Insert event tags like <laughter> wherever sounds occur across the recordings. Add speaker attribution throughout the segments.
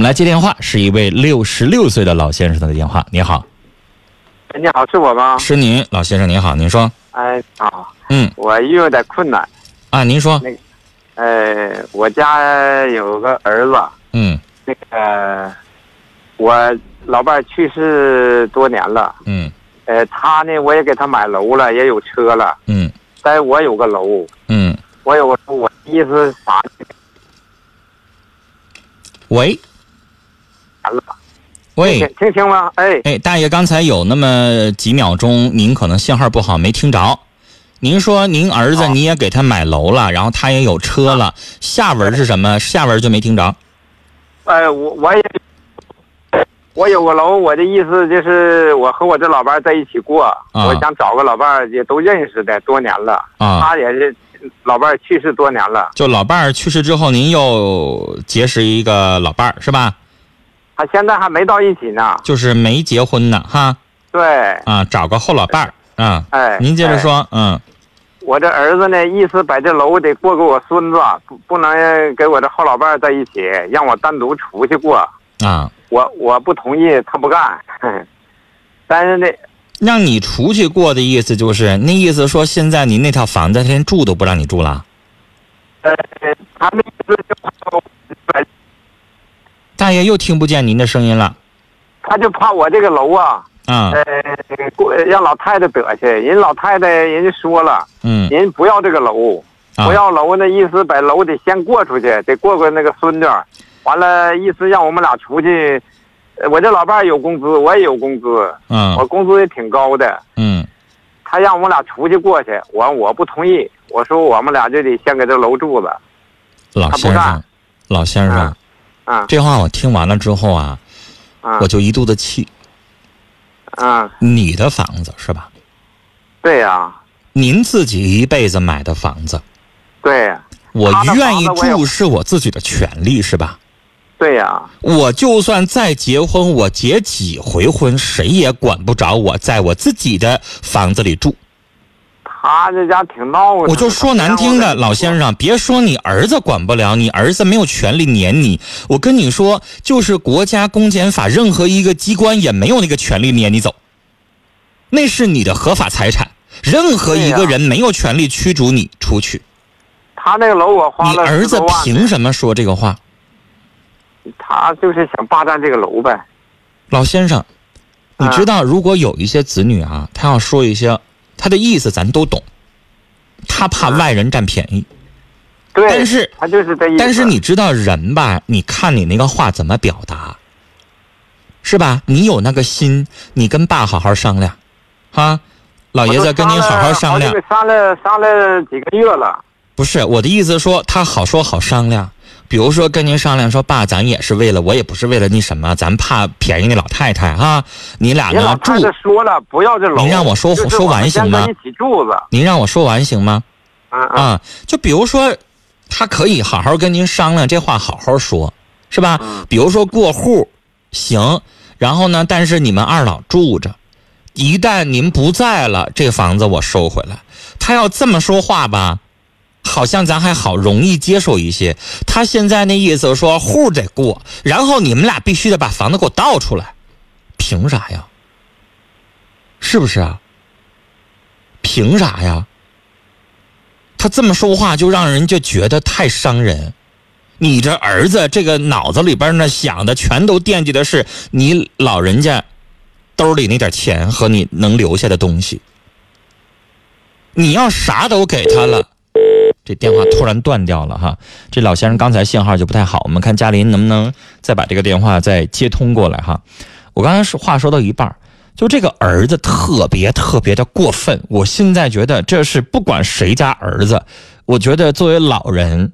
Speaker 1: 我们来接电话，是一位六十六岁的老先生的电话。你好，
Speaker 2: 你好，是我吗？
Speaker 1: 是您，老先生您好，您说，
Speaker 2: 哎，好，
Speaker 1: 嗯
Speaker 2: 我也有点困难。
Speaker 1: 啊，您说，
Speaker 2: 呃，我家有个儿子，
Speaker 1: 嗯
Speaker 2: 那个我老伴儿去世多年了。
Speaker 1: 嗯
Speaker 2: 呃，他呢，我也给他买楼了，也有车了，
Speaker 1: 嗯
Speaker 2: 但是我有个楼，
Speaker 1: 嗯，
Speaker 2: 我有个楼，我意思啥呢
Speaker 1: 喂
Speaker 2: 完了？听
Speaker 1: 喂，
Speaker 2: 听清吗？哎，
Speaker 1: 哎，大爷，刚才有那么几秒钟，您可能信号不好，没听着。您说您儿子
Speaker 2: 啊
Speaker 1: 你也给他买楼了，然后他也有车了，下文是什么？下文就没听着。
Speaker 2: 呃，我我也。我有个楼，我的意思就是我和我这老伴儿在一起过，
Speaker 1: 啊
Speaker 2: 我想找个老伴儿也都认识的，多年了。
Speaker 1: 啊，
Speaker 2: 他也是老伴儿去世多年了，
Speaker 1: 就老伴儿去世之后，您又结识一个老伴儿是吧？
Speaker 2: 他现在还没到一起呢。
Speaker 1: 就是没结婚呢，哈
Speaker 2: 对，
Speaker 1: 啊，找个后老伴儿啊。
Speaker 2: 哎，
Speaker 1: 您接着
Speaker 2: 哎
Speaker 1: 说，嗯
Speaker 2: 我这儿子呢，意思把这楼得过给我孙子，不不能给我这后老伴儿在一起，让我单独出去过。
Speaker 1: 啊，
Speaker 2: 我我不同意，他不干。 <laughs> 但是呢，
Speaker 1: 让你出去过的意思就是，那意思说现在您那套房子连住都不让你住了。
Speaker 2: 呃，他们意思就怕我，
Speaker 1: 大爷又听不见您的声音了
Speaker 2: 他就怕我这个楼啊，
Speaker 1: 啊，
Speaker 2: 呃，过让老太太得去。人老太太人家说了，
Speaker 1: 嗯
Speaker 2: 人不要这个楼，
Speaker 1: 啊
Speaker 2: 不要楼那意思把楼得先过出去，得过过那个孙子儿，完了意思让我们俩出去。呃我这老伴儿有工资，我也有工资，我
Speaker 1: 嗯
Speaker 2: 工资也挺高的。
Speaker 1: 嗯
Speaker 2: 他让我们俩出去过去，完我不同意，我说我们俩就得先给这楼住了。
Speaker 1: 老
Speaker 2: 他不
Speaker 1: 先生
Speaker 2: 干，
Speaker 1: 老先生
Speaker 2: 嗯，嗯
Speaker 1: 这话我听完了之后啊，
Speaker 2: 嗯
Speaker 1: 我就一肚子气。
Speaker 2: 嗯，
Speaker 1: 你的房子是吧？
Speaker 2: 对呀、
Speaker 1: 您自己一辈子买的房子，
Speaker 2: 对
Speaker 1: 我
Speaker 2: 他的
Speaker 1: 愿意
Speaker 2: 房子我也
Speaker 1: 住是我自己的权利是吧？
Speaker 2: 对呀、
Speaker 1: 我就算再结婚，我结几回婚，谁也管不着我在我自己的房子里住。
Speaker 2: 他这家挺闹腾的。
Speaker 1: 我就说难听的，老先生，别说你儿子管不了，你儿子没有权利撵你。我跟你说，就是国家公检法任何一个机关也没有那个权利撵你走，那是你的合法财产，任何一个
Speaker 2: 对呀
Speaker 1: 人没有权利驱逐你出去。
Speaker 2: 他那个楼我花
Speaker 1: 你
Speaker 2: 了
Speaker 1: 儿
Speaker 2: 十
Speaker 1: 子
Speaker 2: 多万
Speaker 1: 凭什么说这个话？
Speaker 2: 呢，他就是想霸占这个楼呗。
Speaker 1: 老先生，你
Speaker 2: 啊
Speaker 1: 知道，如果有一些子女啊，他要说一些他的意思，咱都懂，他怕
Speaker 2: 啊
Speaker 1: 外人占便宜。
Speaker 2: 对，
Speaker 1: 但是
Speaker 2: 他嗯就是这意思。
Speaker 1: 但是你知道人吧？你看你那个话怎么表达，是吧？你有那个心，你跟爸好好商量，哈，老爷子跟您好好商量
Speaker 2: 我。都商量，商量几个月了。
Speaker 1: 不是我的意思说，他好说好商量。比如说跟您商量说，爸，咱也是为了我也不是为了那什么，咱怕便宜那老太太啊。你俩
Speaker 2: 人老
Speaker 1: 呢
Speaker 2: 太
Speaker 1: 住
Speaker 2: 太说了，不要这楼。
Speaker 1: 您让我说
Speaker 2: 就是
Speaker 1: 说完
Speaker 2: 我们先
Speaker 1: 行吗
Speaker 2: 跟一起住着。
Speaker 1: 您让我说完行吗？
Speaker 2: 嗯嗯
Speaker 1: 啊，就比如说，他可以好好跟您商量，这话好好说，是吧？
Speaker 2: 嗯
Speaker 1: 比如说过户行，然后呢，但是你们二老住着，一旦您不在了，这房子我收回来。他要这么说话吧，好像咱还好容易接受一些。他现在那意思说户得过，然后你们俩必须得把房子给我倒出来，凭啥呀？是不是啊？凭啥呀？他这么说话就让人家觉得太伤人。你这儿子这个脑子里边呢想的全都惦记的是你老人家兜里那点钱和你能留下的东西。你要啥都给他了，这电话突然断掉了哈。这老先生刚才信号就不太好，我们看嘉林能不能再把这个电话再接通过来哈。我刚才说话说到一半儿，就这个儿子特别特别的过分，我现在觉得这是不管谁家儿子，我觉得作为老人，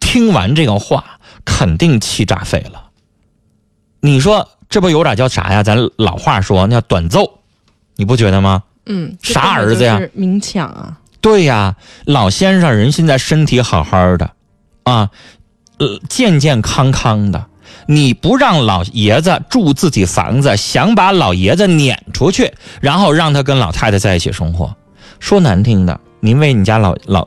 Speaker 1: 听完这个话肯定气炸肺了。你说这不有点叫啥呀？咱老话说那叫短揍，你不觉得吗？
Speaker 3: 嗯，这
Speaker 1: 啥
Speaker 3: 根本
Speaker 1: 儿子
Speaker 3: 就
Speaker 1: 呀
Speaker 3: 是明抢啊！
Speaker 1: 对呀，老先生人现在身体好好的，啊，呃，健健康康的。你不让老爷子住自己房子，想把老爷子撵出去，然后让他跟老太太在一起生活，说难听的，您为你家老老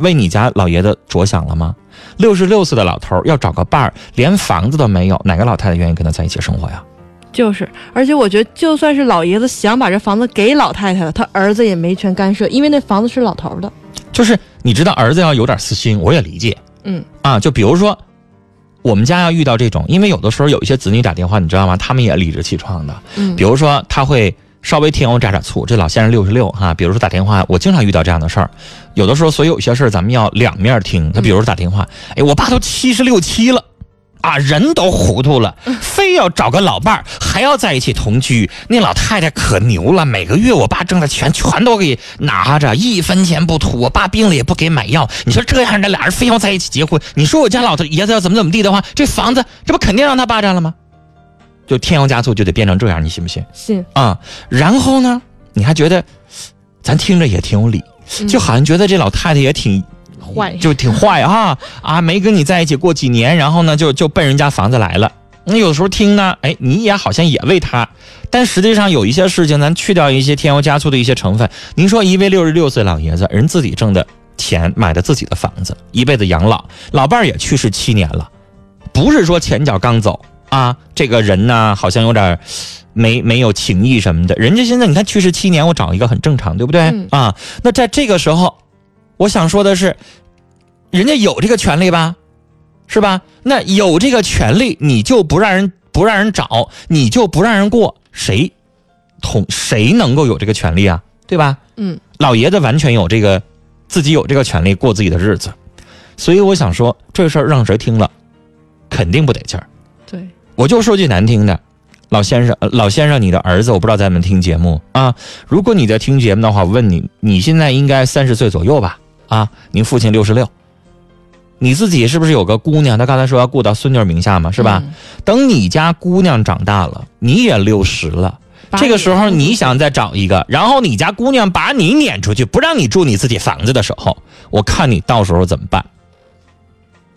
Speaker 1: 为你家老爷子着想了吗？六十六岁的老头儿要找个伴儿，连房子都没有，哪个老太太愿意跟他在一起生活呀？
Speaker 3: 就是，而且我觉得，就算是老爷子想把这房子给老太太了，他儿子也没权干涉，因为那房子是老头儿的。
Speaker 1: 就是你知道儿子要有点私心，我也理解
Speaker 3: 嗯
Speaker 1: 啊。就比如说，我们家要遇到这种，因为有的时候有一些子女打电话，你知道吗？他们也理直气壮的，
Speaker 3: 嗯
Speaker 1: 比，如说他会稍微添油加点醋，这老先生六十六哈，比如说打电话，我经常遇到这样的事儿。有的时候，所以有些事儿咱们要两面听。他比如说打电话，哎，我爸都七十六七了。啊，人都糊涂了，非要找个老伴儿，还要在一起同居。那老太太可牛了，每个月我爸挣的钱全都给拿着，一分钱不图。我爸病了也不给买药。你说这样的俩人非要在一起结婚，你说我家老头爷子要怎么怎么地的话，这房子这不肯定让他霸占了吗？就添油加醋就得变成这样，你信不信？
Speaker 3: 信
Speaker 1: 啊、然后呢，你还觉得咱听着也挺有理，
Speaker 3: 嗯
Speaker 1: 就好像觉得这老太太也挺
Speaker 3: 坏
Speaker 1: 就挺坏啊啊，没跟你在一起过几年，然后呢就就奔人家房子来了。那有的时候听呢，哎，你也好像也为他，但实际上有一些事情，咱去掉一些添油加醋的一些成分。您说，一位六十六岁老爷子，人自己挣的钱买的自己的房子，一辈子养老，老伴儿也去世七年了，不是说前脚刚走啊，这个人呢好像有点儿没没有情义什么的。人家现在你看去世七年，我找一个很正常，对不对、
Speaker 3: 嗯
Speaker 1: 啊？那在这个时候，我想说的是，人家有这个权利吧，是吧？那有这个权利，你就不让人不让人找，你就不让人过，谁同谁能够有这个权利啊？对吧？
Speaker 3: 嗯，
Speaker 1: 老爷子完全有这个自己有这个权利过自己的日子，所以我想说，这事儿让谁听了，肯定不得劲儿。
Speaker 3: 对，
Speaker 1: 我就说句难听的，老先生，呃老先生，你的儿子，我不知道在没听节目啊。如果你在听节目的话，我问你，你现在应该三十岁左右吧？啊，您父亲六十六，你自己是不是有个姑娘？他刚才说要顾到孙女名下嘛，是吧？
Speaker 3: 嗯？
Speaker 1: 等你家姑娘长大了，你也六十了。
Speaker 3: 把
Speaker 1: 这个时候
Speaker 3: 眼睛
Speaker 1: 你想再找一个，然后你家姑娘把你撵出去，不让你住你自己房子的时候，我看你到时候怎么办？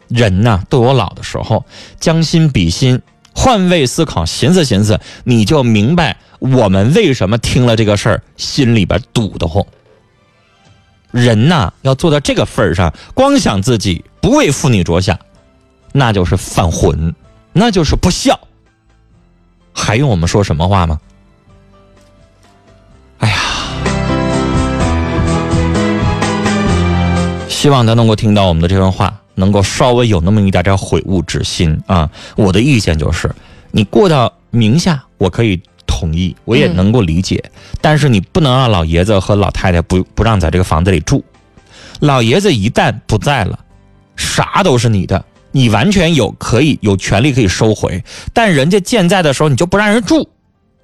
Speaker 1: 人呐、都有老的时候，将心比心，换位思考，寻思寻思，你就明白我们为什么听了这个事儿心里边堵得慌。人呐、要做到这个份儿上，光想自己不为妇女着想，那就是犯浑，那就是不孝。还用我们说什么话吗？哎呀，希望他能够听到我们的这番话，能够稍微有那么一点点悔悟之心啊。我的意见就是，你过到名下，我可以同意，我也
Speaker 3: 嗯
Speaker 1: 能够理解，但是你不能让老爷子和老太太不不让在这个房子里住。老爷子一旦不在了，啥都是你的，你完全有可以有权利可以收回，但人家健在的时候你就不让人住，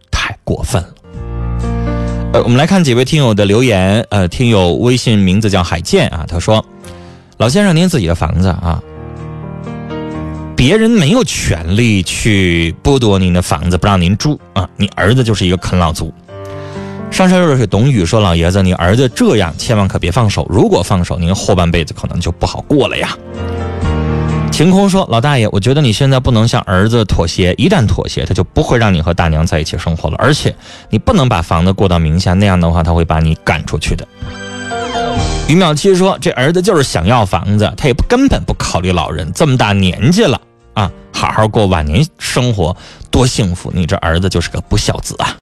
Speaker 1: 太过分了。呃，我们来看几位听友的留言。呃，听友微信名字叫海健啊，他说：“老先生，您自己的房子啊，别人没有权利去剥夺您的房子，不让您住啊。你儿子就是一个啃老族。”上山热水董宇说：“老爷子，你儿子这样，千万可别放手。如果放手，您后半辈子可能就不好过了呀。”晴空说：“老大爷，我觉得你现在不能向儿子妥协，一旦妥协，他就不会让你和大娘在一起生活了。而且你不能把房子过到名下，那样的话他会把你赶出去的。”于淼七说：“这儿子就是想要房子，他也不根本不考虑老人，这么大年纪了啊，好好过晚年生活多幸福！你这儿子就是个不孝子啊。”